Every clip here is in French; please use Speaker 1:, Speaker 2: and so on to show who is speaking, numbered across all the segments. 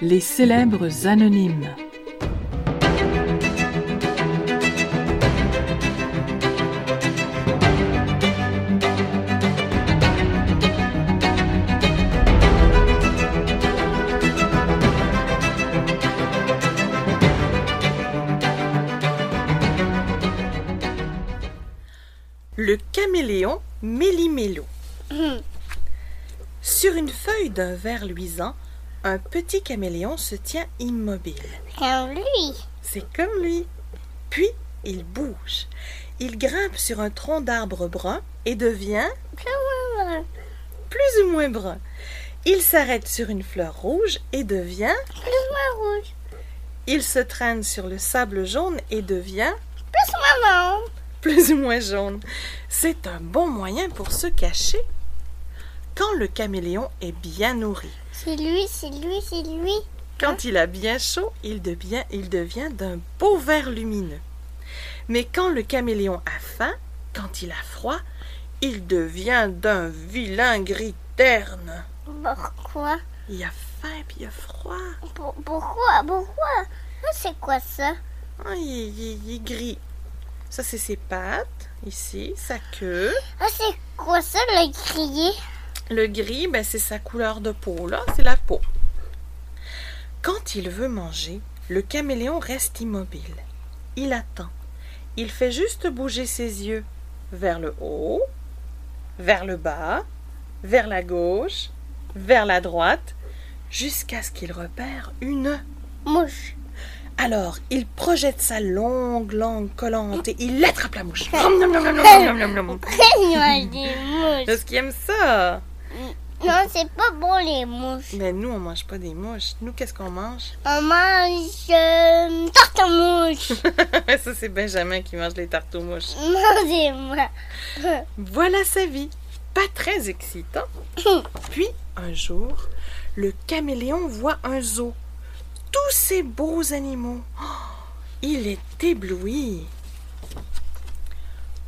Speaker 1: Les célèbres anonymes.
Speaker 2: Le caméléon Mélimélo. Sur une feuille d'un vert luisant, un petit caméléon se tient immobile.
Speaker 3: Comme lui.
Speaker 2: C'est comme lui. Puis, il bouge. Il grimpe sur un tronc d'arbre brun et devient
Speaker 3: Comme
Speaker 2: plus ou moins brun. Il s'arrête sur une fleur rouge et devient.
Speaker 3: moi rouge.
Speaker 2: Il se traîne sur le sable jaune et devient
Speaker 3: Plus maman.
Speaker 2: plus ou moins jaune. C'est un bon moyen pour se cacher. Quand le caméléon est bien nourri,
Speaker 3: C'est lui, c'est lui, c'est lui.
Speaker 2: Quand il a bien chaud, il devient, il devient d'un beau vert lumineux. Mais quand le caméléon a faim, quand il a froid, il devient d'un vilain gris terne.
Speaker 3: Pourquoi
Speaker 2: Il a faim puis il a froid.
Speaker 3: Pour- Pourquoi Pourquoi Ah, C'est quoi ça
Speaker 2: Ah, il, il- il est gris. Ça, c'est ses pattes, ici, sa queue.
Speaker 3: Ah, c'est quoi ça le crier
Speaker 2: Le gris, ben, c'est sa couleur de peau, là, c'est la peau. Quand il veut manger, le caméléon reste immobile. Il attend. Il fait juste bouger ses yeux vers le haut, vers le bas, vers la gauche, vers la droite, jusqu'à ce qu'il repère une.
Speaker 3: Mouche.
Speaker 2: Alors, il projette sa longue langue collante et il attrape la mouche. Nom, nom, nom, nom, nom, nom, nom, nom.
Speaker 3: Moi, des mouches.
Speaker 2: Est-ce qu'il aime ça?
Speaker 3: Non, c'est pas bon les mouches.
Speaker 2: Mais nous, on mange pas des mouches. Nous, qu'est-ce qu'on mange?
Speaker 3: On mange euh, tarte aux mouches.
Speaker 2: Ça, c'est Benjamin qui mange les tartes aux mouches.
Speaker 3: Mangez-moi.
Speaker 2: Voilà sa vie. Pas très excitant. Puis, un jour, le caméléon voit un zoo. Tous ces beaux animaux. Oh, il est ébloui.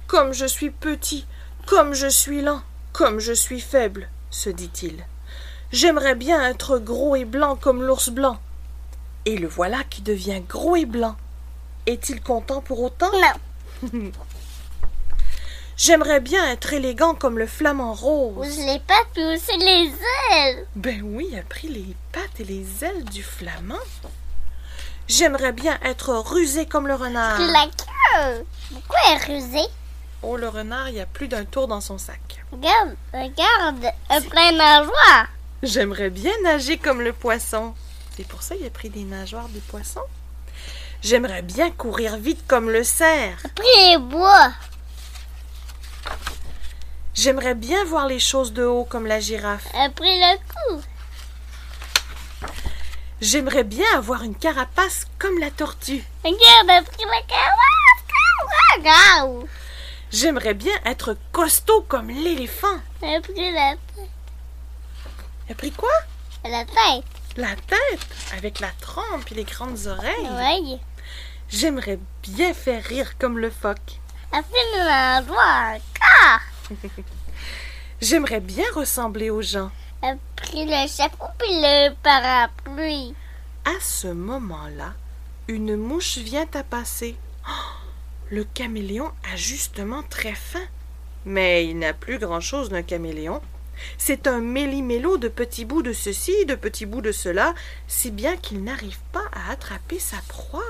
Speaker 2: Comme je suis petit, comme je suis lent, comme je suis faible, se dit-il. J'aimerais bien être gros et blanc comme l'ours blanc. Et le voilà qui devient gros et blanc. Est-il content pour autant
Speaker 3: Non.
Speaker 2: J'aimerais bien être élégant comme le flamant rose.
Speaker 3: Je l'ai pas pu, c'est les ailes.
Speaker 2: Ben oui, il a pris les pattes et les ailes du flamand. J'aimerais bien être rusé comme le renard.
Speaker 3: C'est la queue. Pourquoi elle est rusée
Speaker 2: Oh, le renard, il y a plus d'un tour dans son sac.
Speaker 3: Regarde, regarde, elle prend un nageoire.
Speaker 2: J'aimerais bien nager comme le poisson. C'est pour ça qu'il a pris des nageoires du poisson. J'aimerais bien courir vite comme le cerf.
Speaker 3: Pris les bois.
Speaker 2: J'aimerais bien voir les choses de haut comme la girafe.
Speaker 3: Elle a pris le coup.
Speaker 2: J'aimerais bien avoir une carapace comme la tortue.
Speaker 3: Regarde, elle a pris la carotte. Regarde.
Speaker 2: J'aimerais bien être costaud comme l'éléphant.
Speaker 3: Elle a pris la,
Speaker 2: Il a pris quoi?
Speaker 3: la tête.
Speaker 2: La tête avec la trempe et les grandes oreilles.
Speaker 3: Oui.
Speaker 2: J'aimerais bien faire rire comme le phoque.
Speaker 3: Elle a pris le nageoire encore.
Speaker 2: J'aimerais bien ressembler aux gens.
Speaker 3: Elle a pris le chapeau puis le parapluie.
Speaker 2: À ce moment-là, une mouche vient à passer. Oh, le caméléon a justement très faim. Mais il n'a plus grand-chose d'un caméléon. C'est un méli-mélo de petits bouts de ceci, de petits bouts de cela, si bien qu'il n'arrive pas à attraper sa proie.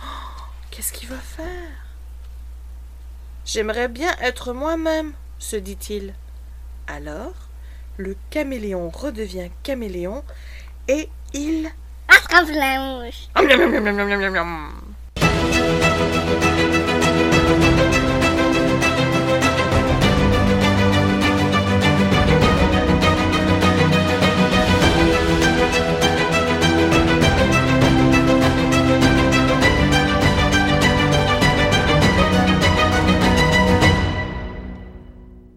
Speaker 2: Oh, Qu'est-ce qu'il va faire J'aimerais bien être moi-même, se dit-il. Alors, le caméléon redevient caméléon et il
Speaker 3: Attrape la mouche.
Speaker 2: Om, nom, nom, nom, nom, nom, nom, nom.